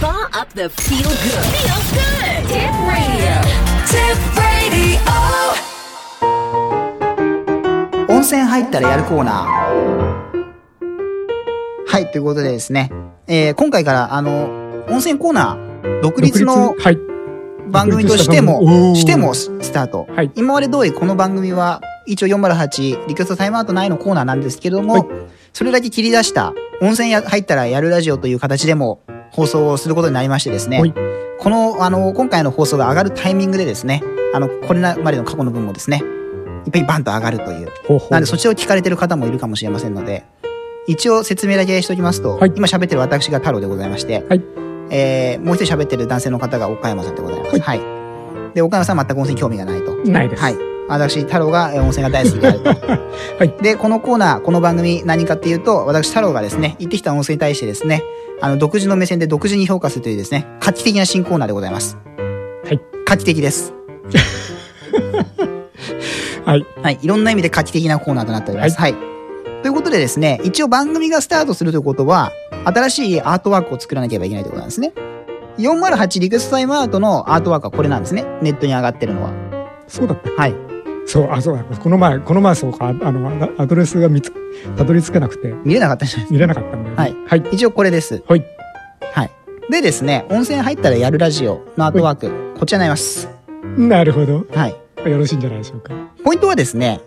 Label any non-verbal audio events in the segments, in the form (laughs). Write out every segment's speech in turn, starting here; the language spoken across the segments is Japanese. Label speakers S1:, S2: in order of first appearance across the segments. S1: Power up the feel good. Feel good. Tip radio.
S2: 温泉入ったらやるコーナー。はい、ということでですね、えー今回から、あの、温泉コーナー、独立の
S3: はい。
S2: 番組として
S3: 独立した番組お
S2: も、
S3: ー
S2: してもススタート。
S3: はい
S2: 今まで通りこの番組は、一応408リクエストタイムアウトないのコーナーなんですけれども、
S3: はい
S2: それだけ切り出した、温泉や入ったらやるラジオという形でも放送をすることになりましてですね、
S3: はい
S2: この、あの、今回の放送が上がるタイミングでですね、あの、これまでの過去の分もですね、いっぱいバンと上がるという、
S3: ほうほう
S2: なんでそっちを聞かれてる方もいるかもしれませんので、一応説明だけしておきますと、
S3: はい
S2: 今喋ってる私が太郎でございまして、
S3: はい
S2: えーもう一人喋ってる男性の方が岡山さんでございます。はい。で、岡山さんは全く温泉興味がないと。
S3: ないです。
S2: はい。私、太郎がえー温泉が大好きであると。
S3: (laughs) はい
S2: で、このコーナー、この番組何かっていうと、私、太郎がですね、行ってきた温泉に対してですね、あの、独自の目線で独自に評価するというですね、画期的な新コーナーでございます。
S3: はい。
S2: 画期的です。
S3: はい。
S2: はい。いろんな意味で画期的なコーナーとなっております。はい。ということでですね、一応番組がスタートするということは、新しいアートワークを作らなければいけないということなんですね。408リクエストタイムアウトのアートワークはこれなんですね。ネットに上がってるのは。
S3: そうだった。
S2: はい。
S3: そう、あ、そうだ。この前、この前、そうか、あの、アアドレスが見つ、たどり着かなくて、
S2: 見れなかったじゃないです
S3: 見れなかったんだよね。
S2: はい。
S3: はい。
S2: か。一応これです。
S3: はい。
S2: はい。でですね、温泉入ったらやるラジオのアートワーク、こちらになります。
S3: なるほど。
S2: はい。
S3: よろしいんじゃないでしょうか。
S2: ポイントはですね、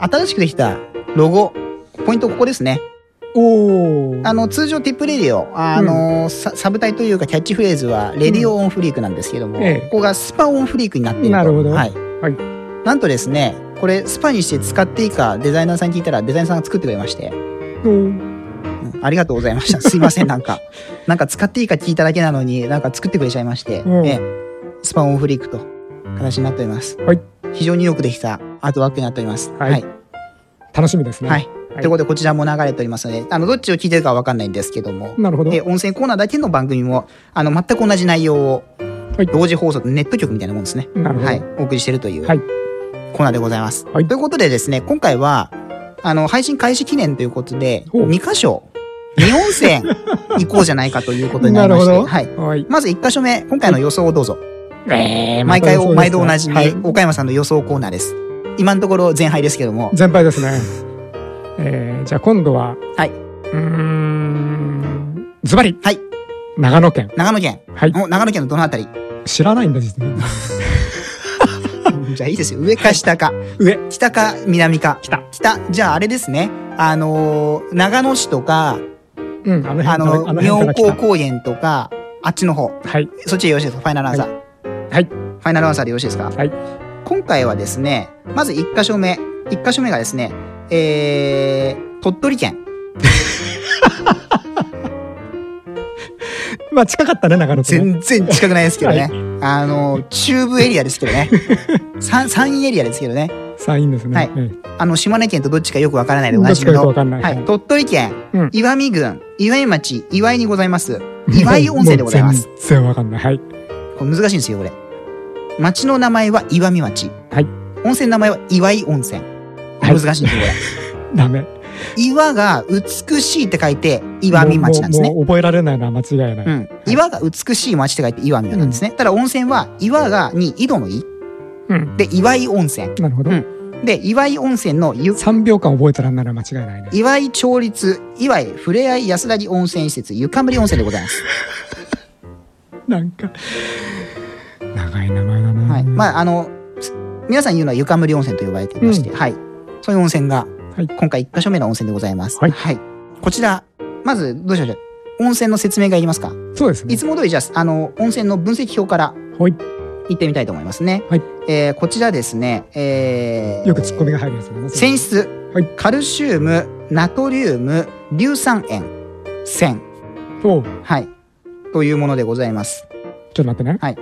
S2: 新しくできたロゴ、ポイントここですね。
S3: おー。
S2: あの、通常ティップレディオ、あの、ササブタイというかキャッチフレーズは、レディオオンフリークなんですけども、
S3: うんええ
S2: ここがスパオンフリークになっていると。
S3: なるほど
S2: はい。
S3: はい。
S2: なんとですね、これスパにして使っていいかデザイナーさんに聞いたらデザイナーさんが作ってくれまして、
S3: おー
S2: うんありがとうございま
S3: (laughs)
S2: した。すいません、なんか。なんか使っていいか聞いただけなのに、なんか作ってくれちゃいまして、
S3: うん
S2: ええスパオンフリークと形になっております。
S3: はい。
S2: 非常によくできたアートワークになっております。
S3: はい楽しみですね。
S2: はい。ということで、こちらも流れておりますので、あの、どっちを聞いてるかはわかんないんですけども。
S3: なるほど
S2: で、温泉コーナーだけの番組も、あの、全く同じ内容を、
S3: はい
S2: 同時放送、ネット局みたいなもんですね。
S3: なるほど
S2: はい。お送りしてるという、
S3: はい
S2: コーナーでございます。
S3: はい
S2: ということでですね、今回は、あの、配信開始記念ということで、
S3: ほう
S2: 2箇所、2温
S3: (laughs)
S2: 泉行こうじゃないかということにな
S3: な
S2: り
S3: る
S2: まし
S3: ほ
S2: て、
S3: ど。
S2: はい。
S3: はい。
S2: まず1箇所目、今回の予想をどうぞ。
S3: えー
S2: 毎回、
S3: また予想ですか
S2: 毎度同じに、
S3: はい
S2: 岡山さんの予想コーナーです。今のところ前敗ですけども、
S3: 全敗ですね。えー、じゃあ今度は、
S2: はいう
S3: ーん、ズバリ
S2: はい。
S3: 長野県。
S2: 長野県。
S3: はい。
S2: お長野県のどのあたり
S3: 知らないんだ、実に。
S2: じゃあいいですよ。上か下か。
S3: 上。
S2: 北か南か。
S3: 北。
S2: 北。じゃああれですね。あのー長野市とか、
S3: うん、あの辺
S2: あの、妙
S3: から来
S2: 高
S3: た
S2: 高原とか、あっちの方。
S3: はい。
S2: そっちでよろしいですかファイナルアンサー。
S3: はい。
S2: ファイナルアンサーでよろしいですか
S3: はい。
S2: 今回はですね、まず1箇所目。1箇所目がですね、えー、鳥取県。
S3: まあ、近かったね、長野とね。
S2: 全然近くないですけどね。
S3: (laughs) はい
S2: あのー中部エリアですけど
S3: (laughs)
S2: ね。山山陰エリアですけどね。
S3: 三院ですね。
S2: はい
S3: え
S2: あの、島根県とどっちかよくわからないでおなじみ
S3: ど
S2: の。
S3: っちかよくわかんな
S2: はいい。鳥取県、
S3: うん
S2: 岩見郡、岩見町、岩井にございます。
S3: え
S2: 岩井温泉でございま。す
S3: も。う全然わかんない。はい。
S2: これ難しいんですよ、これ。町の名前は岩見町。
S3: はい。
S2: 温泉の名前は岩井温泉。これ
S3: はい
S2: 難しいんですよ、こ
S3: ダメ。
S2: れ。岩が美しいって書いて、岩見町なんです
S3: もう
S2: ね。
S3: もう覚えられないのは間違いな
S2: う
S3: い。
S2: ん。岩が美しい町って書いて岩見なんですね。ただ温泉は岩が、に井戸の井。
S3: うん。
S2: で、岩井温泉。
S3: なるほど
S2: う。んで、岩井温泉の湯
S3: 3秒間覚えてらんないのは間違いないね。
S2: 岩井町立、岩井ふれあい安らぎ温泉施設、湯かむり温泉でございます。
S3: なんか、長い名前だな。
S2: はい。まあ、あの、す皆さん言うのは床無理温泉と呼ばれていまして、はい。そういう温泉が、
S3: はい
S2: 今回1箇所目の温泉でございます。
S3: はい
S2: こちら、まず、どうしましょう。温泉の説明がいりますか、
S3: そうですね。
S2: いつも通り、じゃあ、あの、温泉の分析表から
S3: ほい。
S2: 行ってみたいと思いますね。
S3: はい
S2: えーこちらですね、えー、
S3: よくツッコミが入るやつだな。
S2: 泉質、
S3: はい
S2: カルシウム、ナトリウム、硫酸塩、泉。
S3: おう
S2: はい。というものでございます。
S3: ちょっと待ってね。
S2: はい。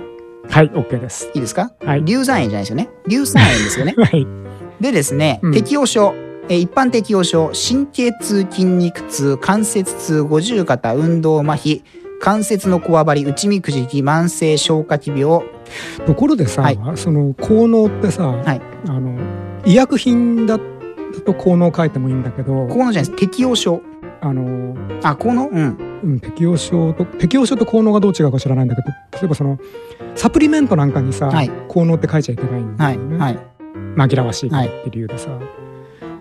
S3: はい、OK です。 (laughs)
S2: いいですか
S3: はい。
S2: 硫酸塩じゃないです
S3: (laughs)
S2: よね。硫酸塩ですよね。
S3: はい。
S2: でですね、
S3: うん
S2: 適応症。えー一般適応症、神経痛、筋肉痛、関節痛、五十肩、運動麻痺、関節のこわばり、内みくじき、慢性消化器病。
S3: ところでさ、
S2: はい
S3: その効能ってさ、
S2: い
S3: あの医薬品だと効能書いてもいいんだけど
S2: ここのじゃないです。適応症。
S3: あの
S2: あ、このうん。
S3: うん、適応症と適応症と効能がどう違うか知らないんだけど例えばそのサプリメントなんかにさ、
S2: はい
S3: 効能って書いちゃいけないん
S2: は
S3: だ
S2: い
S3: よね、
S2: はい
S3: 紛らわしいからっていう理由でさ、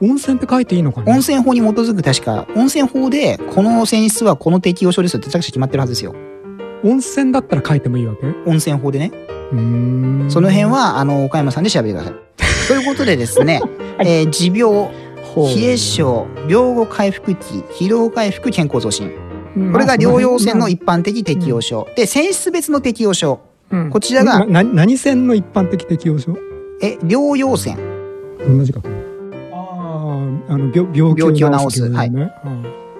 S3: 温泉って書いていいのかな
S2: 温泉法に基づく確か温泉法でこの泉質はこの適用症ですよって確か決まってるはずですよ
S3: 温泉だったら書いてもいいわけう
S2: 温泉法でね
S3: ーん
S2: その辺はあの岡山さんで調べてく
S3: (laughs)
S2: ださいということでですね、えー持病
S3: ほう
S2: 冷え症病後回復期疲労回復健康増進
S3: うん
S2: これが療養線の
S3: まあ
S2: 一般的適用症で泉質別の適用症
S3: うん
S2: こちらが
S3: な何線の一般的適用症
S2: え療養線
S3: 同じかあああの病病気を
S2: 病気を
S3: 治
S2: 治す
S3: す
S2: はい
S3: 病ね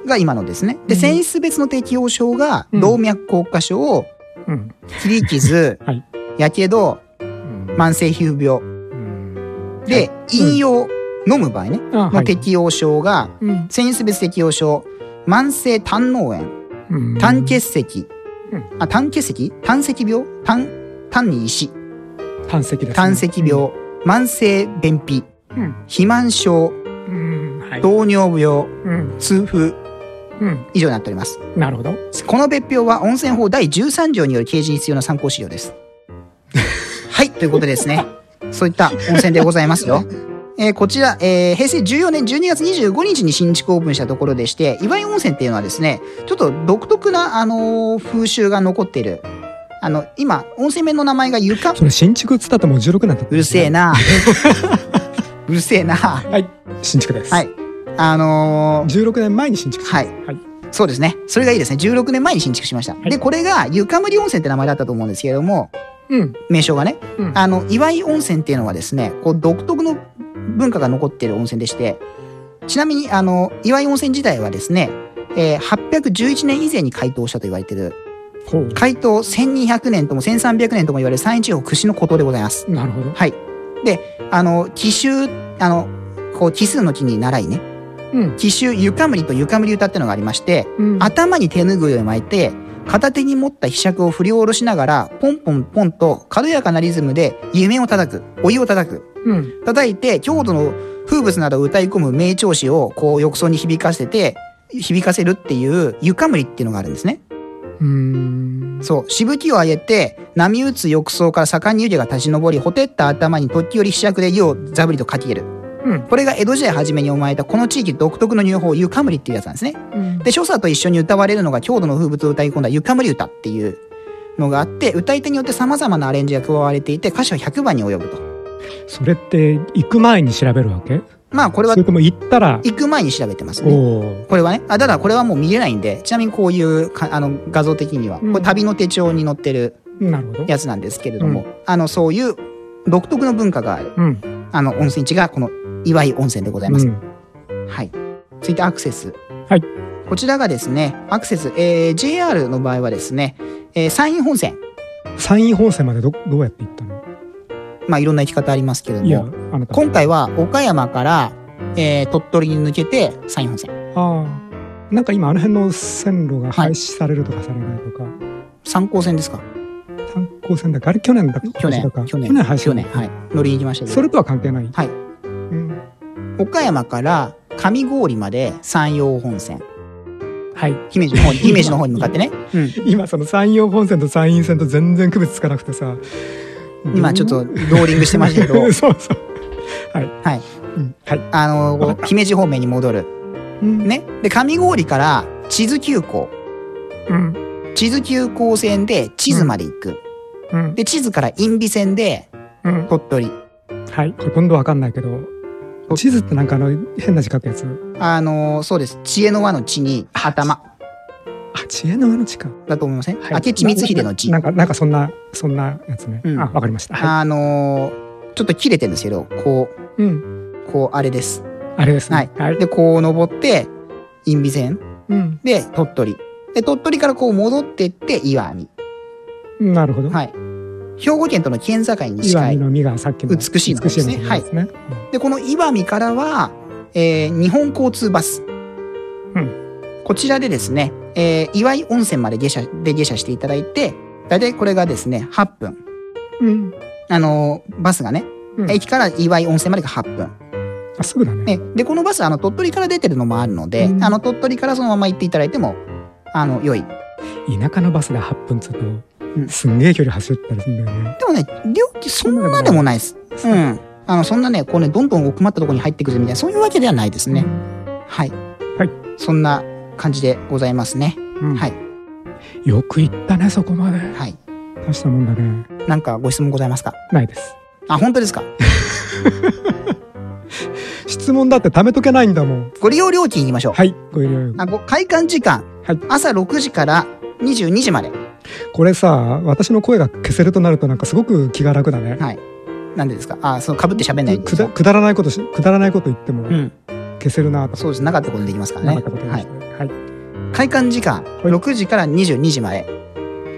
S2: が今のですねで
S3: うん
S2: 泉質別の適用症が
S3: うん
S2: 動脈硬化症
S3: うん
S2: 切り傷
S3: (laughs) はい
S2: やけど
S3: うん
S2: 慢性皮膚病
S3: うん
S2: で飲用飲む場合ね
S3: あは
S2: の
S3: い
S2: 適用症が
S3: うん
S2: 泉質別適用症慢性胆脳炎
S3: うん
S2: 胆結石
S3: うん
S2: あ胆結石胆石病胆胆に石
S3: 胆石ですね
S2: 胆石病慢性便秘
S3: うん
S2: 肥満症
S3: うんはい
S2: 糖尿病
S3: うん
S2: 痛風
S3: うん
S2: 以上になっております
S3: なるほど
S2: この別表は温泉法第13条による刑事に必要な参考資料ですはいということでですねそういった温泉でございますよ (laughs) えーこちら、えー平成14年12月25日に新築オープンしたところでして、岩井温泉っていうのはですね、ちょっと独特な、あのー風習が残っている。あの、今、温泉面の名前が床
S3: それ新築っつったってもう16になっ
S2: (laughs)
S3: た
S2: うるせえな (laughs) うるせえなは
S3: はい新築です
S2: い。あのー
S3: 16年前に新築
S2: はい。
S3: はい
S2: そうですね。それがいいですね。16年前に新築しました。
S3: い
S2: で、これが床無理温泉って名前だったと思うんですけれども、
S3: うん
S2: 名称がね。
S3: うん
S2: あの、岩井温泉っていうのはですね、こう、独特の文化が残っている温泉でして、ちなみに、あの、岩井温泉自体はですね、えー811年以前に開湯したと言われている、
S3: ほう
S2: 開湯1200年とも1300年とも言われる山陰地方屈指の孤島でございます。
S3: なるほど
S2: はい。で、あの、奇襲、あの、こう、奇数の木に習いね、
S3: うん
S2: 奇襲、ゆかむりとゆかむり歌ってのがありまして、
S3: うん
S2: 頭に手ぬぐいを巻いて、片手に持った柄杓を振り下ろしながら、ポンポンポンと軽やかなリズムで、夢を叩く、お湯を叩く、
S3: うん
S2: 叩いて、郷土の風物などを歌い込む名調子を、こう、浴槽に響かせて、響かせるっていう、ゆかむりっていうのがあるんですね。
S3: うーん
S2: そう、しぶきを上げて、波打つ浴槽から盛んに湯気が立ち上り、ほてった頭に時折試着で湯をザブリとかき入れる。
S3: うん
S2: これが江戸時代初めに生まれたこの地域独特の入法、湯かむりっていうやつなんですね。
S3: うん
S2: で、所作と一緒に歌われるのが郷土の風物を歌い込んだ湯かむり歌っていうのがあって、歌い手によって様々なアレンジが加われていて、歌詞は100番に及ぶと。
S3: それって行く前に調べるわけ
S2: まあ、こ
S3: そ
S2: れは
S3: れとも行ったら
S2: 行く前に調べてます
S3: お
S2: ね。
S3: お
S2: これはね、あ、ただこれはもう見れないんで、ちなみにこういうか、あの、画像的には、こ
S3: うん
S2: れ旅の手帳に載ってる
S3: なるほど
S2: やつなんですけれども、
S3: う
S2: あのそういう独特の文化がある
S3: うん
S2: あの温泉地がこの岩井温泉でございます、はい続いてアクセス
S3: はい
S2: こちらがですねアクセス、えー、JR の場合はですね、えー山陰本線
S3: 山陰本線までどどうやって行ったの
S2: まあいろんな行き方ありますけれど
S3: いや
S2: も
S3: あなた
S2: 今回は岡山から、えー鳥取に抜けて山陰本線
S3: ああなんか今あの辺の線路が廃止されるとかされないとか、
S2: 三高線ですか
S3: 炭鉱線だかあれ去年だか
S2: 去年
S3: 今だか
S2: 去年
S3: 去年廃止
S2: 去年はい乗りに行きましたけ
S3: そ
S2: ど
S3: れとは関係ない
S2: はい
S3: うん
S2: 岡山から上郡まで山陽本線
S3: はい
S2: 姫路の
S3: (laughs)
S2: 方に姫路の方に向かってね、うん、
S3: 今その山陽本線と山陰線と全然区別つかなくてさ
S2: 今ちょっとローリングしてましたけ
S3: (laughs)
S2: ど
S3: どそうそうはい
S2: はい
S3: うんはい
S2: あ
S3: わ
S2: の
S3: か、っ
S2: 姫路方面に戻る。
S3: うん
S2: ね。で、上郡から地図急行。
S3: うん
S2: 地図急行線で地図まで行く。
S3: うん
S2: で、地図から陰美線で
S3: うん
S2: 鳥取。
S3: はいこれ今度わかんないけど地図ってなんかあの変な字書くやつ
S2: あの、そうです。知恵の輪の地に頭
S3: あ知恵の輪の地か
S2: だと思いません、
S3: はい
S2: 明智光秀の地
S3: な。んか、なんかそんな、そんなやつね。
S2: うん
S3: あ、わかりました。はい。
S2: あの、ちょっと切れてるんですけど、こ
S3: うん。
S2: う、こう、あれです。
S3: あれです
S2: は
S3: ね
S2: い。。
S3: はい。
S2: で、こう登って、陰美線。
S3: うん。
S2: で、鳥取。で、鳥取からこう戻ってって、岩見。
S3: なるほど。
S2: はい。兵庫県との県境に
S3: 岩
S2: 近い
S3: 見。の実がさっきの
S2: 美しいの
S3: 美しいの
S2: ですね
S3: 実ですね。
S2: で、この岩見からは、えー日本交通バス。
S3: うん
S2: こちらでですね、えー岩井温泉まで下車、で下車していただいて、だいたいこれがですね、8分。
S3: うん。
S2: あのーバスがね、
S3: うん
S2: 駅から岩井温泉までが8分。
S3: あ、すぐだね。
S2: ね、で、このバス、あの、鳥取から出てるのもあるので、
S3: うん
S2: あの、鳥取からそのまま行っていただいても、あの、良い。
S3: 田舎のバスが8分っつう
S2: うん
S3: と、すんげえ距離走ったりするんだよね。
S2: でもね、料金そんなでもないです。うん。あの、そんなね、こうね、どんどん困ったところに入ってくるみたいな、そういうわけではないですね。はい。
S3: はい。
S2: そんな感じでございますね。
S3: うん
S2: はい。
S3: よく行ったね、そこまで。
S2: はい。
S3: 大したもんだね。
S2: なんかご質問ございますか
S3: ないです。
S2: あ、本当ですか
S3: 質問だって貯めとけないんだもん。
S2: ご利用料金いきましょう。
S3: はい、ご了承
S2: あご開館時間、
S3: はい
S2: 朝6時から22時まで。
S3: これさ、私の声が消せるとなるとなんかすごく気が楽だね。
S2: はい。なんでですかあ、その、かぶって喋んないで
S3: く
S2: す
S3: だ
S2: か
S3: くだらないことし、くだらないこと言っても
S2: うん。
S3: 消せるなと。
S2: そうです。なかったことにできますから
S3: な
S2: ね。
S3: かったことに
S2: は
S3: し
S2: い
S3: て。。はい。
S2: 開館時間、6時から22時まで。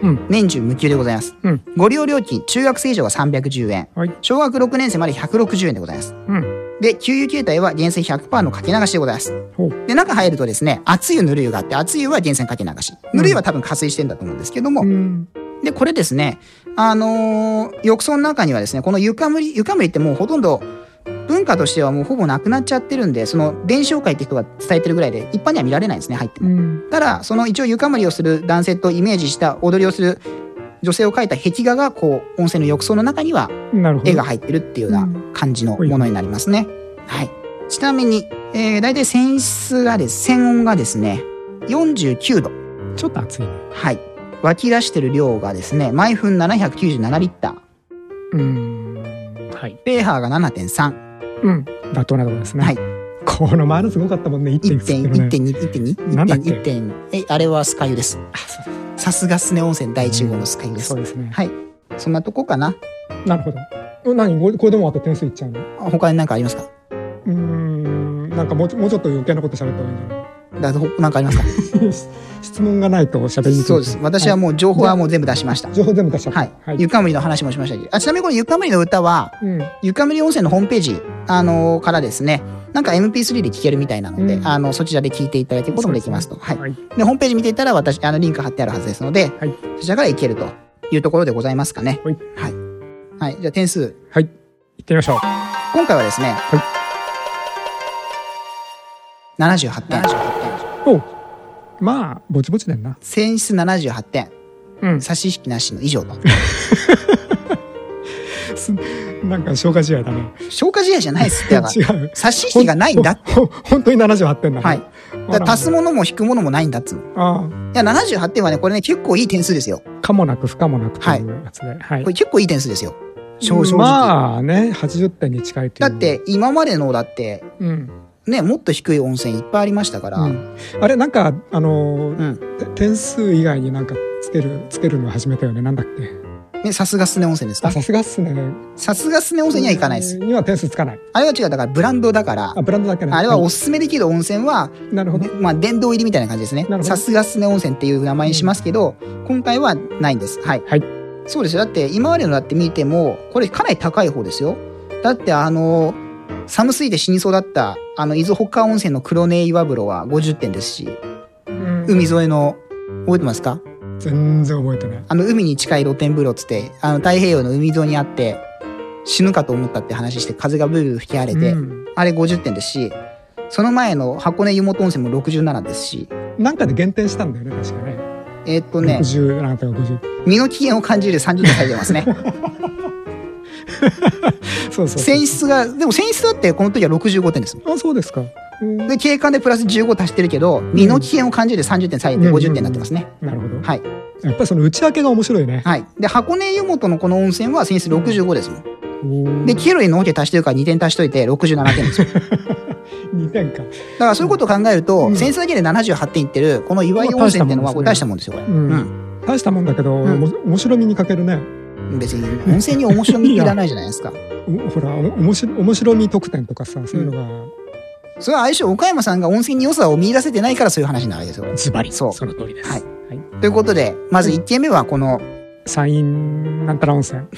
S3: うん
S2: 年中無休でございます。
S3: うん
S2: ご利用料金、中学生以上が310円。
S3: はい
S2: 小学6年生まで160円でございます。
S3: うん。
S2: で、給油携帯は源泉100%のかけ流しでございます
S3: ほう。
S2: で、中入るとですね、熱湯、ぬる湯があって、熱湯は源泉かけ流し。ぬる湯は多分加水してんだと思うんですけども、
S3: うん。
S2: で、これですね、あのー浴槽の中にはですね、この床むり、床むりってもうほとんど、文化としてはもうほぼなくなっちゃってるんで、その伝承会って人が伝えてるぐらいで、一般には見られないんですね、入って
S3: う
S2: も。
S3: ん。
S2: ただ、その一応床むりをする男性とイメージした踊りをする女性を描いた壁画が、こう、温泉の浴槽の中には
S3: なるほど。
S2: 絵が入ってるっていうような感じのものになりますね。はい。ちなみに、えー、大体泉質がです、泉温がですね、49度。
S3: ちょっと熱いね。
S2: はい。湧き出してる量がですね、毎分797リッター。
S3: うん。はい。
S2: ペーハーが7.3。
S3: うん。妥当なところですね。
S2: はい。
S3: この前のすごかったもんね。1.1つってるね。
S2: 1.1.2、1.2、
S3: (laughs) なんだっけ
S2: 1.1.2え、あれはスカユです。
S3: あ、そう
S2: さすがスネ温泉第1号のスカユ
S3: で。
S2: ですす
S3: そう。ですね。
S2: はい。そんなとこかな
S3: なるほど。うん何これこれでもあと点数いっちゃうの
S2: あ他に何かありますか
S3: うーん。なんかもうちょもうちょっと余計なこと喋った方がいいんじゃない
S2: だほ何かあり
S3: (laughs)
S2: ますか
S3: 質問がないと喋りにくい。
S2: そうです。私はもう情報はもう全部出しました。
S3: 情報全部出しちゃった。
S2: はい。ゆかむりの話もしましたし。あ、ちなみにこのゆかむりの歌は、
S3: うん。
S2: ゆかむり温泉のホームページ、あのからですね、なんか MP3 で聴けるみたいなので、
S3: うん
S2: あの、そちらで聞いていただけることもできますと。はい。
S3: はい。
S2: で、ホームページ見ていたら、私、あの、リンク貼ってあるはずですので、
S3: はい
S2: そちらから行けるというところでございますかね。
S3: はい。
S2: はい。はい。じゃあ、点数。
S3: はい。行ってみましょう。
S2: 今回はですね、
S3: い
S2: 78点。
S3: おうまあ、ぼちぼちだよな。
S2: 選出78点。
S3: うん。
S2: 差し引きなしの以上と。
S3: (laughs) なんか消化試合だね。
S2: 消化試合じゃないですって、だか
S3: 違
S2: ら。
S3: う。
S2: 差し引きがないんだって。
S3: (laughs) ほ。ほ本当に78点だね。
S2: はい。だから足す
S3: も
S2: ものも引くものもないんだっつうの。いや、
S3: あ
S2: 78点はね、これね、結構いい点数ですよ。
S3: あ、かもなく不可もなくというやつで。はい
S2: これ。結構いい点数ですよ。正直。
S3: まあね、80点に近いと
S2: だ
S3: いう。
S2: って、今までのだって、
S3: うん。
S2: ね、もっと低い温泉いっぱいありましたから。
S3: う
S2: うん。
S3: んあれ、なんか、あのー、
S2: ね
S3: て点数以外になんかつける、つけるの始めたよね。なんだっけ。
S2: さすがスネ温泉ですか
S3: あ、さすがっすね。
S2: さすがスネ温泉には行かないです。
S3: には点数つかない。
S2: あれは違う、だからブランドだから
S3: あ、、ブランドだけね
S2: あれはお
S3: い
S2: すすめできる温泉は、
S3: なるほど。
S2: まあ、殿堂入りみたいな感じですね
S3: なる。ほど
S2: さすがスネ温泉っていう名前にしますけど、今回はないんです。はい。
S3: はい
S2: そうですよ。だって、今までのだって見ても、これかなり高い方ですよ。だって、あの、寒すぎて死にそうだった、あの、伊豆北海温泉の黒根岩風呂は50点ですし、
S3: うん
S2: 海沿いの、覚えてますか
S3: 全然覚えてない。
S2: あの、海に近い露天風呂っつって、あの、太平洋の海沿いにあって、死ぬかと思ったって話して、風がブーブー吹き荒れて、
S3: うん
S2: あれ50点ですし、その前の箱根湯本温泉も67ですし、
S3: なんかで減点したんだよね、確かね。
S2: えーっとね、
S3: 60、なんか50。
S2: 身の危険を感じる30点入って
S3: (laughs)
S2: ますね。
S3: そうそうそう。
S2: 選出が、でも選出だってこの時は65点です。
S3: あ、そうですか。うん
S2: で、景観でプラス15足してるけど、身の危険を感じる30点下げて50点になってますね。
S3: なるほど。
S2: はい。
S3: やっぱりその内訳が面白いね。
S2: はい。で、箱根湯本のこの温泉は選出65ですもん。
S3: おー
S2: で、ケロリのオケ足してるから2点足しといて67点ですよ。だ
S3: 2点か。
S2: からそういうことを考えると、
S3: うん
S2: 選出だけで78点いってる、この岩井温泉っていうのはこれ大したもんですよ、これ。
S3: うん
S2: うん。
S3: 大したもんだけど、
S2: ん
S3: おも面白みに欠けるね。
S2: 別に、温泉に面白みっていらないじゃないですか。
S3: おほら、おもし面白み特典とかさ、そういうの
S2: それは相性、岡山さんが温泉に良さを見出せてないからそういう話なわけですよ。
S3: が、ズバリ。
S2: そう
S3: その通りです。
S2: はい
S3: はい。
S2: ということで、まず1軒目はこの、
S3: 山陰なんたら温泉。はい。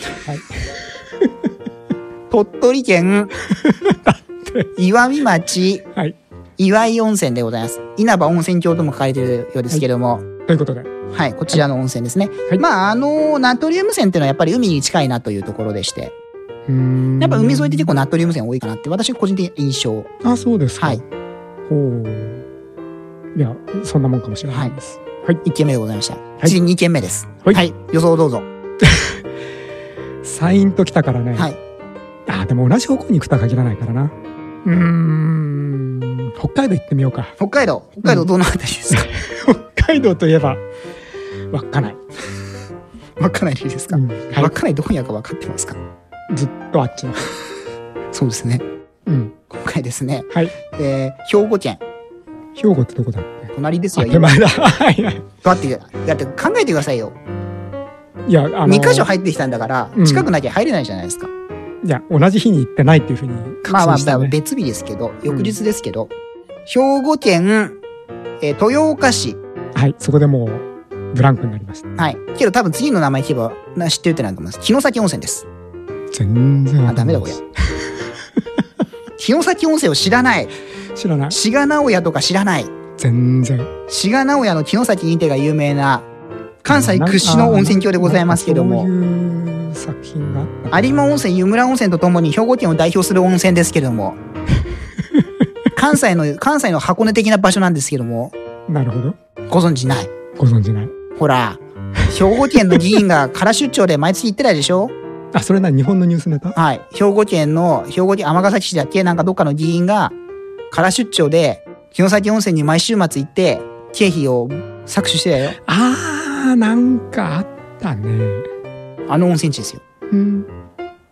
S2: 鳥取 (laughs) 県、岩見町、
S3: はい。
S2: 岩井温泉でございます。稲葉温泉郷とも書かれているようですけども、
S3: ということで。
S2: はい、こちらの温泉ですね。
S3: はい
S2: まあ、あの、ナトリウム泉っていうのはやっぱり海に近いなというところでして、や
S3: や
S2: っぱ海沿いって結構ナトリウム泉多いかなって、私個人的な印象。
S3: あ、そうですか。
S2: はい。
S3: ほう。いや、そんなもんかもしれないです。はい
S2: 1件目でございました。
S3: い
S2: 次2件目です。
S3: はい
S2: 予想どうぞ。
S3: サインときたからね。
S2: はい。
S3: あーでも同じ方向に行くとは限らないからな。うーん。北海道行ってみようか。 (laughs)
S2: 北海道。北海道どのあたりですか (laughs)
S3: 北海道といえば、稚内。
S2: 稚内でいいですか
S3: うんは
S2: 稚内どこにあるか分かってますか
S3: い。ずっとあっちの。
S2: そうですね。
S3: うん。
S2: 今回ですね、
S3: はい。
S2: えー、兵庫県。
S3: 兵庫ってどこだっけ
S2: 隣です
S3: あ、
S2: よ。
S3: 手
S2: 今
S3: 前だ。はいはい。
S2: だって、だって考えてくださいよ。
S3: いや、あのー、
S2: 2箇所入ってきたんだから
S3: う、ん
S2: 近くなきゃ入れないじゃないですか。
S3: いや、同じ日に行ってないっていうふうに
S2: まあま
S3: 確
S2: あ
S3: 信した、
S2: まあ
S3: ね。
S2: 別日ですけど、翌日ですけど、兵庫県、えー豊岡市。
S3: はい。そこでもう、ブランクになりました。
S2: はい。けど多分次の名前聞けば、な知ってるってなると思います。城崎温泉です。
S3: 全然
S2: あ、ダメだ、これ。城崎温泉を知らない。
S3: 知らない。
S2: 志賀直哉とか知らない。
S3: 全然。
S2: 志賀直哉の城崎認定が有名な、関西屈指の温泉郷でございますけど
S3: そ
S2: も
S3: う、いう作品があった
S2: 有馬温泉、湯村温泉とともに兵庫県を代表する温泉ですけれども、関西の、関西の箱根的な場所なんですけども、
S3: なるほど。
S2: ご存知ない。
S3: ご存知ない。
S2: ほら、兵庫県の議員が空出張で毎月行ってないでしょ
S3: あ、それな、日本のニュースネタ
S2: はい。兵庫県の、兵庫県尼崎市だっけなんかどっかの議員が、空出張で、城崎温泉に毎週末行って、経費を搾取してたよ。
S3: あー、なんかあったね。
S2: あの温泉地ですよ。
S3: うん、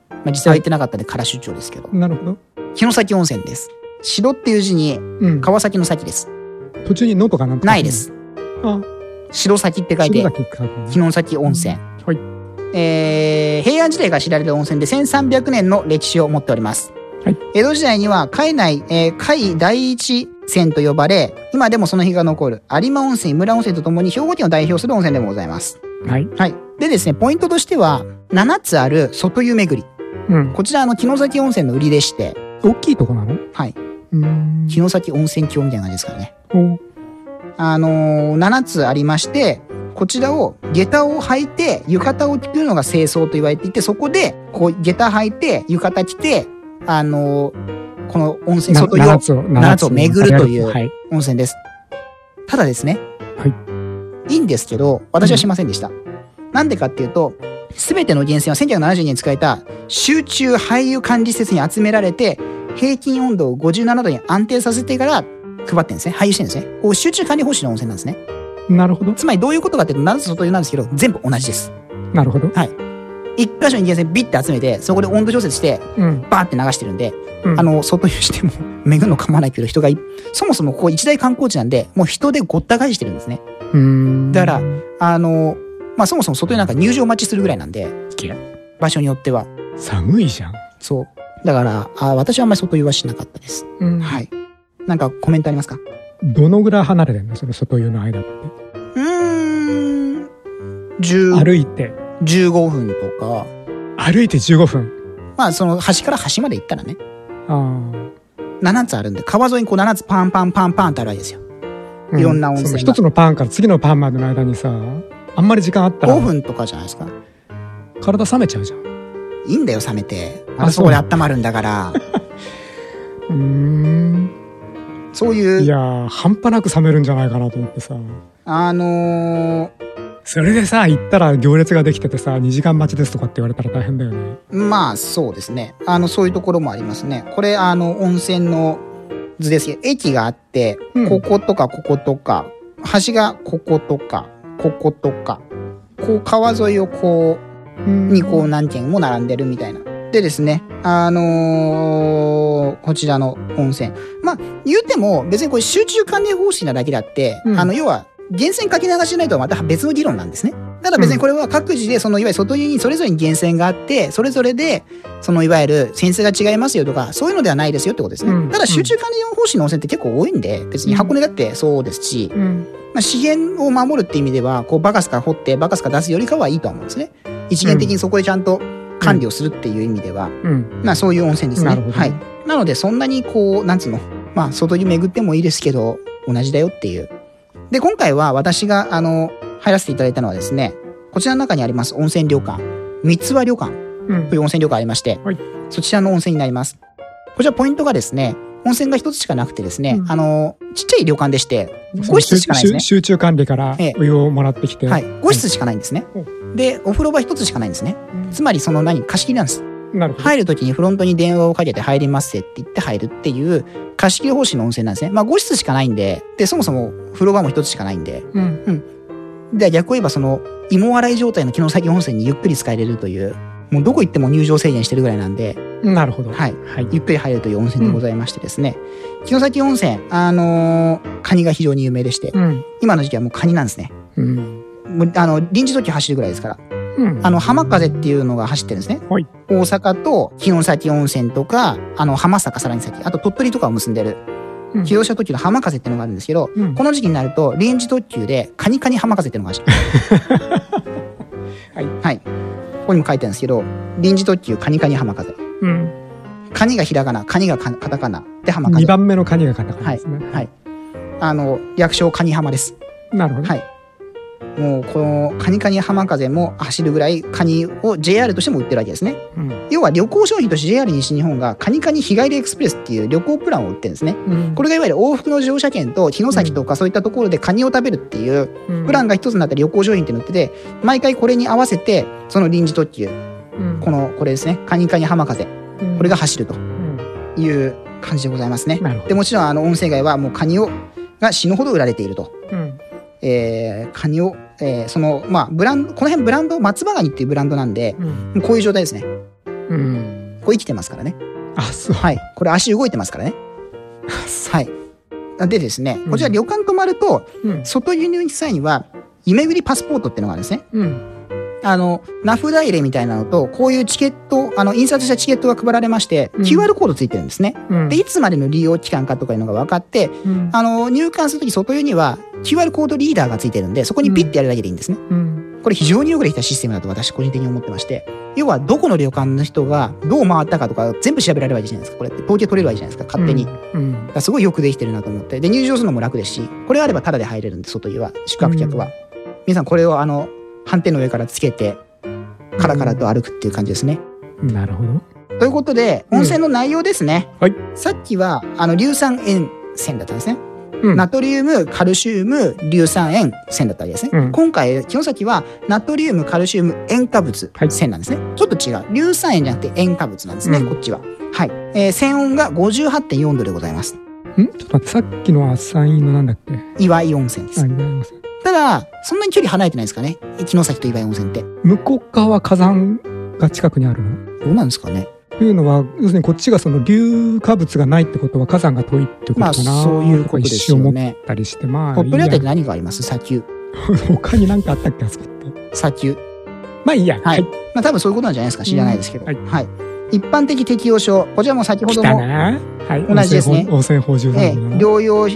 S2: まあ、実際は行ってなかったんで空出張ですけど。
S3: なるほど。
S2: 城崎温泉です。城っていう字に、
S3: うん。
S2: 川崎の崎です。
S3: 途中にノートかなんとか。
S2: ないで。す。
S3: あ、
S2: 城崎って書い
S3: それ
S2: て
S3: だ、け書いてある
S2: 城崎温泉。
S3: はい。
S2: えー平安時代が知られる温泉で1300年の歴史を持っております。
S3: はい
S2: 江戸時代には海内、えー海第一線と呼ばれ、今でもその日が残る有馬温泉、井村温泉とともに兵庫県を代表する温泉でもございます。
S3: はい。
S2: はい。でですね、ポイントとしては、7つある外湯巡り。
S3: うん。
S2: こちら、あの、城崎温泉の売りでして、
S3: 大きいとこなの
S2: はい。
S3: うん。
S2: 城崎温泉郷みたいな感じですからね。
S3: お
S2: あのー、7つありまして、こちらを、下駄を履いて、浴衣を着るのが清掃と言われていて、そこで、こう、下駄履いて、浴衣着て、あのー、この温泉、
S3: な
S2: 外湯
S3: 七つを、
S2: 七つを巡るという
S3: はい。
S2: 温泉です。ただですね。はい。いいんですけど、私はしませんでした。なんでかっていうと、すべての源泉は1972年に使えた集中廃油管理施設に集められて、平均温度を57度に安定させてから配ってるんですね。廃油してるんですね。こう集中管理方針の温泉なんですね。
S3: なるほど。
S2: つまりどういうことかっていうと、7つ外湯なんですけど、全部同じです。
S3: なるほど。
S2: 一箇所に源泉ビッて集めて、そこで温度調節して、
S3: うん。
S2: バーって流してるんで、
S3: うん
S2: あの、外湯しても、巡るの構わないけど人がい、そもそもここ一大観光地なんで、もう人でごった返してるんですね。
S3: うん。
S2: だから、あの、まあ、そもそも外湯なんか入場待ちするぐらいなんで、
S3: いや
S2: 場所によっては。
S3: 寒いじゃん。
S2: そう。だから、あ私はあんまり外湯はしなかったです。
S3: うん
S2: はい。なんかコメントありますか
S3: どのぐらい離れてんのその外湯の間って。
S2: うーん、10
S3: 歩いて。
S2: 15分とか、
S3: 歩いて15分。
S2: まあ、その端から端まで行ったらね、
S3: ああ。
S2: 7つあるんで、川沿いにこう7つパンパンパンパンってあるわけですよ。
S3: う
S2: いろんな温泉が
S3: その一つのパンから次のパンまでの間にさ、あんまり時間あった
S2: 5
S3: ら
S2: 分とかじゃないですか。
S3: 体冷めちゃうじゃん。う
S2: いいんだよ、冷めて。
S3: あ
S2: またそこで温まるんだ
S3: (laughs)
S2: から。
S3: ーん。
S2: そう
S3: い
S2: いう、
S3: やー、半端なく冷めるんじゃないかなと思ってさ。
S2: あの
S3: それでさ、行ったら行列ができててさ、2時間待ちですとかって言われたら大変だよね。
S2: ーまあそうですね。あの、そういうところもありますね。これ、あの、温泉の図ですけど、駅があって
S3: う、ん
S2: こことかこことか、橋がこことか、こことか、こう川沿いをこ
S3: う
S2: う、
S3: ん
S2: にこう何軒も並んでるみたいな。でですね、あのーこちらの温泉。まあ、言うても、別にこれ集中管理方針なだけだって、
S3: うん
S2: あの、要は、源泉かけ流しじゃないとはまた別の議論なんですね。ただ別にこれは各自で、その、いわゆる外湯にそれぞれに源泉があって、それぞれで、その、いわゆる、先生が違いますよとか、そういうのではないですよってことですね。
S3: うん
S2: ただ、集中管理方針の温泉って結構多いんで、別に箱根だってそうですし、
S3: うん。
S2: まあ、資源を守るって意味では、こう、バカスカ掘って、バカスカ出すよりかはいいとは思うんですね。一元的にそこでちゃんと管理をするっていう意味では、
S3: うん。
S2: まあそういう温泉ですね。
S3: なるほど
S2: はい。なのでそんなにこう、なんつうの、まあ外に巡ってもいいですけど、同じだよっていう。で、今回は私が、あの、入らせていただいたのはですね、こちらの中にあります温泉旅館、三つ輪旅館
S3: うん
S2: という温泉旅館ありまして、
S3: はい
S2: そちらの温泉になります。こちらポイントがですね、温泉が一つしかなくてですね、
S3: うん
S2: あの、ちっちゃい旅館でして、5室しかないんですね
S3: 集。集中管理から
S2: ええ
S3: お湯をもらってきて、
S2: はい、5室しかないんですね
S3: う。
S2: で、お風呂場一つしかないんですね。つまりその何、貸し切りなんです。
S3: なるほど、
S2: 入るときにフロントに電話をかけて入りますせって言って入るっていう貸し切り方針の温泉なんですね。まあ5室しかないんで、で、そもそも風呂場も一つしかないんで、
S3: うん
S2: で、逆を言えばその芋洗い状態の機能先温泉にゆっくり使えれるという、もうどこ行っても入場制限してるぐらいなんで、
S3: なるほど
S2: はい
S3: はい
S2: ゆっくり入れるという温泉でございましてですね、城崎温泉、あのーカニが非常に有名でして、
S3: うん
S2: 今の時期はもうカニなんですね。
S3: うん
S2: もうあの、臨時特急走るぐらいですから。
S3: うん
S2: あの、浜風っていうのが走ってるんですね。
S3: はい
S2: 大阪と城崎温泉とか、あの、浜坂さらに先、あと鳥取とかを結んでる、
S3: うん
S2: 気動車特急の浜風っていうのがあるんですけど、
S3: うん
S2: この時期になると、臨時特急で、カニカニ浜風っていうのが走ってる。
S3: (laughs) はい
S2: はい。ここにも書いてあるんですけど、臨時特急カニカニ浜風。
S3: うん
S2: カニがひらがな、カニがカカタカナ、で浜風。
S3: 二番目のカニがカタカナですね、
S2: はい。あの、略称カニ浜です。
S3: なるほど、
S2: はい。もう、このカニカニ浜風も走るぐらいカニを JR としても売ってるわけですね。
S3: うん
S2: 要は旅行商品として JR 西日本がカニカニ日帰りエクスプレスっていう旅行プランを売ってるんですね。
S3: うん
S2: これがいわゆる往復の乗車券と城崎とかそういったところでカニを食べるっていう
S3: うん
S2: プランが一つになった旅行商品っていうのを売ってて、毎回これに合わせてその臨時特急、
S3: うん
S2: この、これですね、カニカニ浜風、
S3: うん
S2: これが走ると
S3: うん
S2: いう感じでございますね。
S3: なるほ
S2: で
S3: ど
S2: もちろんあの温泉街はもうカニをが死ぬほど売られていると。
S3: うん
S2: えーカニを、えーその、まあ、ブランド、この辺ブランド、松葉ガニっていうブランドなんで、
S3: うん
S2: もうこういう状態ですね。
S3: うん
S2: これ生きてますからね。
S3: あそう
S2: はい。これ足動いてますから
S3: (laughs)
S2: ね。はい。でですね、こちら旅館泊まると、
S3: うん
S2: 外輸入に際には、夢ぐりパスポートっていうのがあるんですね。
S3: うん
S2: あの、名札入れみたいなのと、こういうチケット、あの、印刷したチケットが配られまして、
S3: うん
S2: QR コードついてるんですね。
S3: うん
S2: で、いつまでの利用期間かとかいうのが分かって、
S3: うん
S2: あの、入館するとき外湯には QR コードリーダーがついてるんで、そこにピッてやるだけでいいんですね。
S3: うん
S2: これ非常によくできたシステムだと私個人的に思ってまして、要はどこの旅館の人がどう回ったかとか全部調べられるわけじゃないですか。これって統計取れるわけじゃないですか、勝手に。だか
S3: うん
S2: らすごいよくできてるなと思って。で、入場するのも楽ですし、これあればタダで入れるんで、外湯は、宿泊客は。
S3: うん
S2: 皆さんこれをあの、反転の上からつけて、カラカラと歩くっていう感じですね。
S3: うんなるほど
S2: ということで、
S3: うん
S2: 温泉の内容ですね。
S3: はい
S2: さっきは、あの、硫酸塩泉だったんですね。
S3: うん
S2: ナトリウム、カルシウム、硫酸塩、線だったわけですね。
S3: うん
S2: 今回、城崎は、ナトリウム、カルシウム、塩化物
S3: は、い
S2: 線なんですね。ちょっと違う。硫酸塩じゃなくて塩化物なんですね、
S3: うん
S2: こっちは。はい。えー、線温が58.4度でございます。
S3: んちょっと待ってさっきのアサインのなんだっけ
S2: 岩井温泉です。
S3: あいないます
S2: ただ、そんなに距離離れてないですかね。城崎と岩井温泉って。ど
S3: 向こう側火山が近くにあるの
S2: うなんですかね。
S3: というのは要するにこっちがその硫化物がないってことは火山が遠いってことかな、
S2: まあ、そういうことですよ
S3: 一瞬思っ
S2: ね。
S3: たりしてまあ
S2: ポップ
S3: いい
S2: レ
S3: や
S2: ートって何があります砂丘。
S3: 他に何かあったっけあそこって
S2: 砂丘。
S3: まあいいや
S2: はい。まあ、多分そういうことなんじゃないですか。知らないですけど。
S3: うん
S2: はい。一般的適用症。こちらも先ほ
S3: 来
S2: ど
S3: た
S2: も
S3: なはい
S2: 同じですね
S3: 汚染法重だ
S2: ええ
S3: もんな、
S2: 療養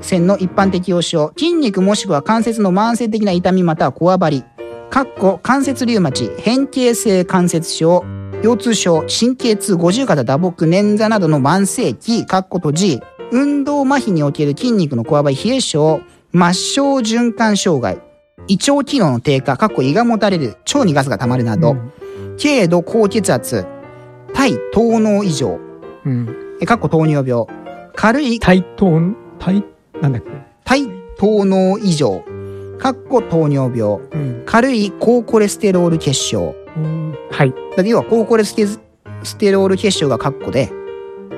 S2: 線の一般的要所、筋肉もしくは関節の慢性的な痛みまたはこわばり、かっこ関節リウマチ、変形性関節症、腰痛症、神経痛、五十肩、打撲、捻挫などの慢性期、かっことじ、運動麻痺における筋肉のこわばり、冷え症、末梢循環障害、胃腸機能の低下、かっこ胃がもたれる、腸にガスが溜まるなど、軽度高血圧、体糖能異常、
S3: うん、うん、
S2: えかっこ糖尿病、軽い
S3: 対等対なんだっけ
S2: 体糖能異常、かっこ糖尿病、
S3: うん
S2: 軽い高コレステロール血症。
S3: はい
S2: だって要は高コレステステロール血症がかっこで、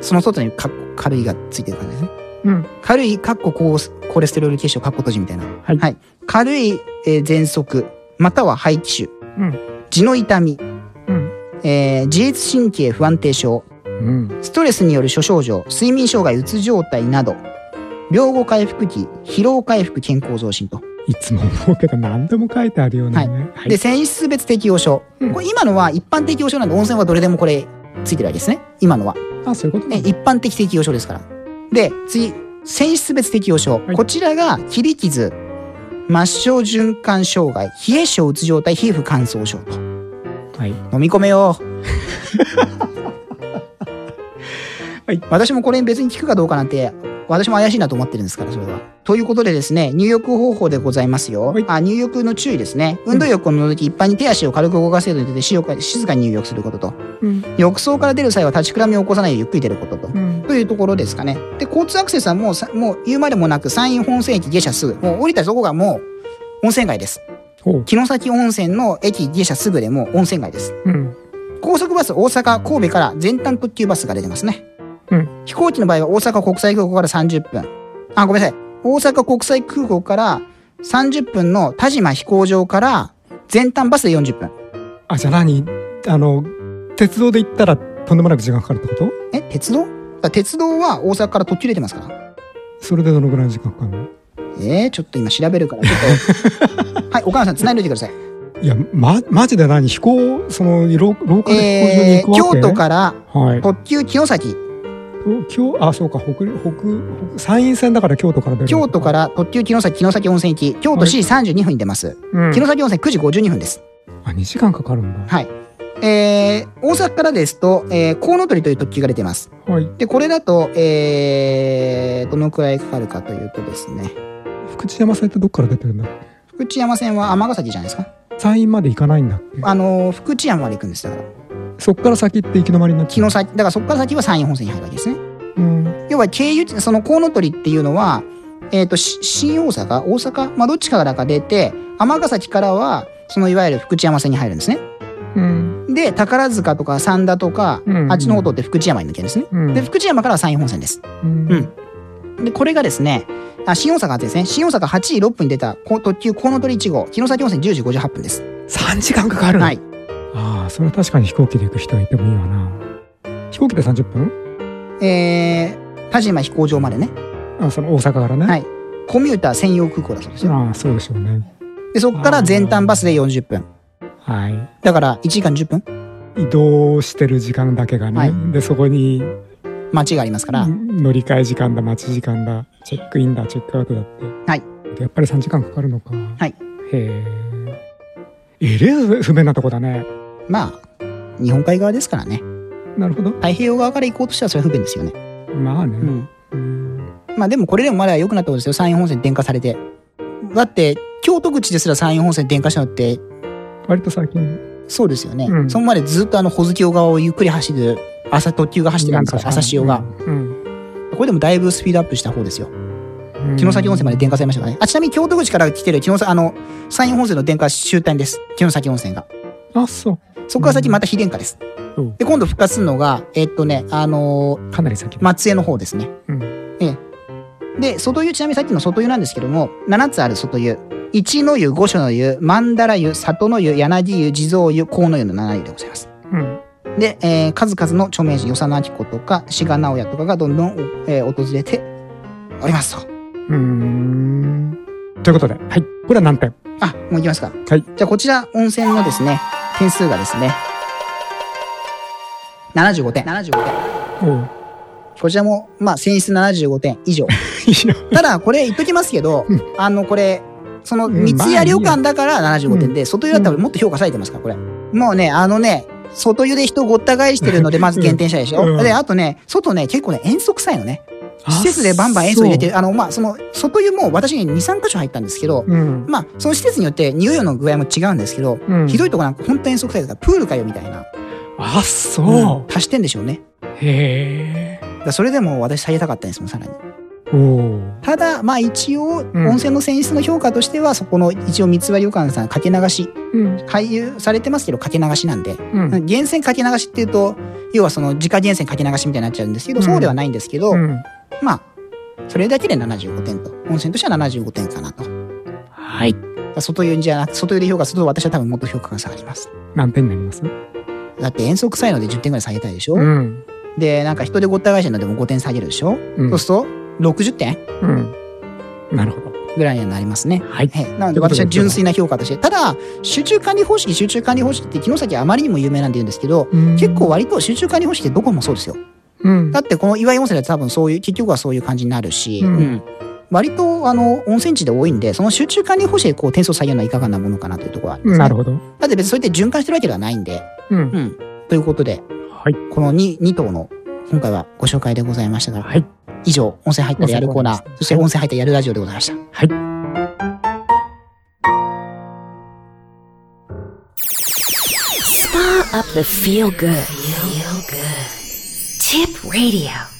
S2: その外にかっこ軽いがついてる感じですね。
S3: うん
S2: 軽いかっこ高コレステロール血症かっこ閉じみたいな。
S3: はい
S2: 軽い、えー喘息、または肺気腫、
S3: うん
S2: 痔の痛み、
S3: うん
S2: えー自律神経不安定症、
S3: うん
S2: ストレスによる諸症状、睡眠障害、うつ状態など、病後回復期、疲労回復、健康増進と。
S3: いつも思うけど何でも書いてあるようなね、はい
S2: で、泉質別適用症。
S3: うん
S2: これ今のは一般適用症なんで、温泉はどれでもこれついてるわけですね。今のは。
S3: あそういうこと
S2: ね、
S3: ね
S2: 一般的適用症ですから。で、次、泉質別適用症。
S3: い
S2: こちらが、切り傷、末梢循環障害、冷え症うつ状態、皮膚乾燥症と。
S3: はい
S2: 飲み込め
S3: (laughs)
S2: よう。
S3: はい
S2: 私もこれ別に効くかどうかなんて私も怪しいなと思ってるんですから、それは。ということでですね、入浴方法でございますよ。
S3: はい
S2: あ入浴の注意ですね。運動浴の時、一般に手足を軽く動かせるので、静か静かに入浴することと。
S3: うん
S2: 浴槽から出る際は立ちくらみを起こさないでゆっくり出ることと。
S3: うん
S2: というところですかね。で、交通アクセスはもうさ、もう言うまでもなく、山陰本線駅下車すぐ。もう降りたとこがもう、温泉街です。
S3: ほう
S2: 城崎温泉の駅下車すぐでもう温泉街です。
S3: うん
S2: 高速バス大阪、神戸から全単特急バスが出てますね。
S3: うん
S2: 飛行機の場合は大阪国際空港から30分。あ、ごめんなさい。大阪国際空港から30分の田島飛行場から全単バスで40分。
S3: あじゃあ何あの鉄道で行ったらとんでもなく時間かかるってこと
S2: え、鉄道だから鉄道は大阪から特急出てますから。
S3: それでどのぐらいの時間かかるの
S2: えー、ちょっと今調べるから、ちょっ
S3: (laughs)
S2: と。はい、お母さん繋いでおいてください。
S3: いや、ま、マジで何飛行、その、廊廊下で
S2: えー、
S3: 飛行場に行くわけ、
S2: 京都から
S3: はい。
S2: 特急清崎、
S3: 京、あ、そうか、北、北、北山陰線だから京都から出る。、
S2: 京都からら特急清崎、清崎温泉行き、京都市32分に出ます。
S3: うん、
S2: 城崎温泉9時52分です。
S3: あ、2時間かかるんだ。
S2: はい。えー、大阪からですと、えー、コウノトリという特急が出てます。
S3: はい。
S2: で、これだと、えー、どのくらいかかるかというとですね、
S3: 福知山線ってどっから出てるんだっけ
S2: 福知山線は尼崎じゃないですか。
S3: 山陰まで行かないんだっけ
S2: あのー、福知山まで行くんです。だから、
S3: そっから先って行き止まりになっちゃ
S2: 城。
S3: う
S2: 崎、だからそこから先は山陰本線に入るわけですね。
S3: うん。
S2: 要は経由地、そのコウノトリっていうのは、えっ、と、し新大阪、大阪、まあ、どっちからか出て、尼崎からは、そのいわゆる福知山線に入るんですね。
S3: うん。
S2: で、宝塚とか三田とか、
S3: うん
S2: あっちの方通って福知山に抜けるんですね。
S3: うん。
S2: で、福知山からは山陰本線です。
S3: うん。
S2: うんで、これがですね、あ、新大阪ですね、新大阪8時6分に出た高特急コウノトリ1号、城崎温泉10時58分です。
S3: 3時間かかる。
S2: は。い。
S3: ああ、それは確かに飛行機で行く人はいてもいいわな。飛行機で30分
S2: えー、田島飛行場までね、
S3: あ、その大阪からね。
S2: はいコミューター専用空港だそうですよ。
S3: ああ、そうでしょうね。
S2: で、そこから全単バスで40分。
S3: はい。
S2: だから1時間10分
S3: 移動してる時間だけがね、
S2: はい
S3: でそこに
S2: 待ちがありますから、
S3: 乗り換え時間だ待ち時間だチェックインだチェックアウトだって、
S2: はい
S3: でやっぱり3時間かかるのか、
S2: い
S3: へええれえ不便なとこだね
S2: まあ、日本海側ですからね、
S3: なるほど
S2: 太平洋側から行こうとしたらそれは不便ですよね。
S3: まあ
S2: う
S3: ね、
S2: ん。
S3: うん
S2: まあでもこれでもまだ良くなったことですよ、山陰本線電化されて。だって、京都口ですら山陰本線電化したのって、
S3: 割と最近
S2: そうですよね。
S3: うん
S2: そのまでずっとあの、保津峡側をゆっくり走る、朝特急が走ってたんですから、朝潮が。
S3: うん、
S2: これでもだいぶスピードアップした方ですよ。
S3: うん
S2: 城崎温泉まで電化されましたからね。あ、ちなみに京都口から来てる城崎、あの、山陰本線の電化終点です。城崎温泉が。
S3: あそ
S2: そこから先また非電化です。
S3: うん
S2: で、今度復活するのが、えっとね、あのー
S3: うかなり先、
S2: 松江の方ですね。
S3: うん、
S2: で、外湯、ちなみにさっきの外湯なんですけども、7つある外湯。一の湯、五所の湯、曼荼羅湯、里の湯、柳湯、地蔵湯、河の湯の7湯でございます。
S3: うん、
S2: で、えー数々の著名人、与謝野明子とか、志賀直哉とかがどんどん、えー訪れておりますと。
S3: うーんということではいこれは何点
S2: あ、もう行きますか。
S3: はい
S2: じゃあ、こちら、温泉のですね、点数がですね、75点。75点。
S3: おう
S2: こちらも、まあ、選出75点
S3: (laughs)
S2: 以上。
S3: いいよ
S2: ただ、これ言っときますけど、あの、これ、その、
S3: うん
S2: 三ツ
S3: まあ
S2: 矢
S3: いいよ
S2: 旅館だから75点で、外湯だったらもっと評価されてますから、これ。もうね、あのね、外湯で人ごった返してる
S3: (laughs)
S2: ので、まず減点したでしょ。
S3: うん
S2: で、あとね、外ね、結構ね、遠足臭いのね。施設でバンバン塩素入れてる。あの、まあ、その、外湯も私2、3箇所入ったんですけど、
S3: そううん
S2: まあ、その施設によって匂いの具合も違うんですけど、
S3: うん
S2: ひどいとこなんか本当に遠足臭いだから、プールかよみたいな。
S3: あそう、
S2: 足してんでしょうね。
S3: へえ
S2: だからそれでも私下げたかったんですもん、さらに。
S3: おお
S2: ただ、まあ一応、
S3: ん
S2: 温泉の選出の評価としては、そこの一応三つ割旅館さん、かけ流し、
S3: うん
S2: 回遊されてますけど、かけ流しなんで、
S3: うん
S2: 源泉かけ流しっていうと、要はその自家源泉かけ流しみたいになっちゃうんですけど、
S3: うん
S2: そうではないんですけど、
S3: うん
S2: まあ、それだけで75点と、温泉としては75点かなと。
S3: はい
S2: だから外湯じゃなく、外湯で評価すると、私は多分もっと評価が下がります。
S3: 何点になります
S2: だって遠足臭いので10点ぐらい下げたいでしょ、
S3: うん
S2: で、なんか人でごった返してるのでも5点下げるでしょ、
S3: うん
S2: そうすると、60点
S3: うんなるほど
S2: ぐらいにはなりますね。
S3: はい
S2: はい、なので私は純粋な評価として、ただ、集中管理方式、集中管理方式って、城崎あまりにも有名なんで言うんですけど、結構割と集中管理方式ってどこもそうですよ。
S3: うん
S2: だってこの岩井温泉で多分そういう、結局はそういう感じになるし、
S3: うん
S2: うん割とあの温泉地で多いんで、その集中管理方式でこう点数を下げるのはいかがなものかなというところはあります、ね。
S3: なるほど
S2: だって別にそれって循環してるわけではないんで、
S3: うん
S2: うん。ということで、
S3: はい
S2: この 2, 2頭の今回はご紹介でございましたが、
S4: はい。
S2: 以上、温泉入ったらやるコーナ
S4: 温泉コーナーで
S2: ー、
S4: す
S2: そして温泉入ったらやるラジオでございました。
S4: はい。
S1: Spa up the feel good. Feel good. Tip radio.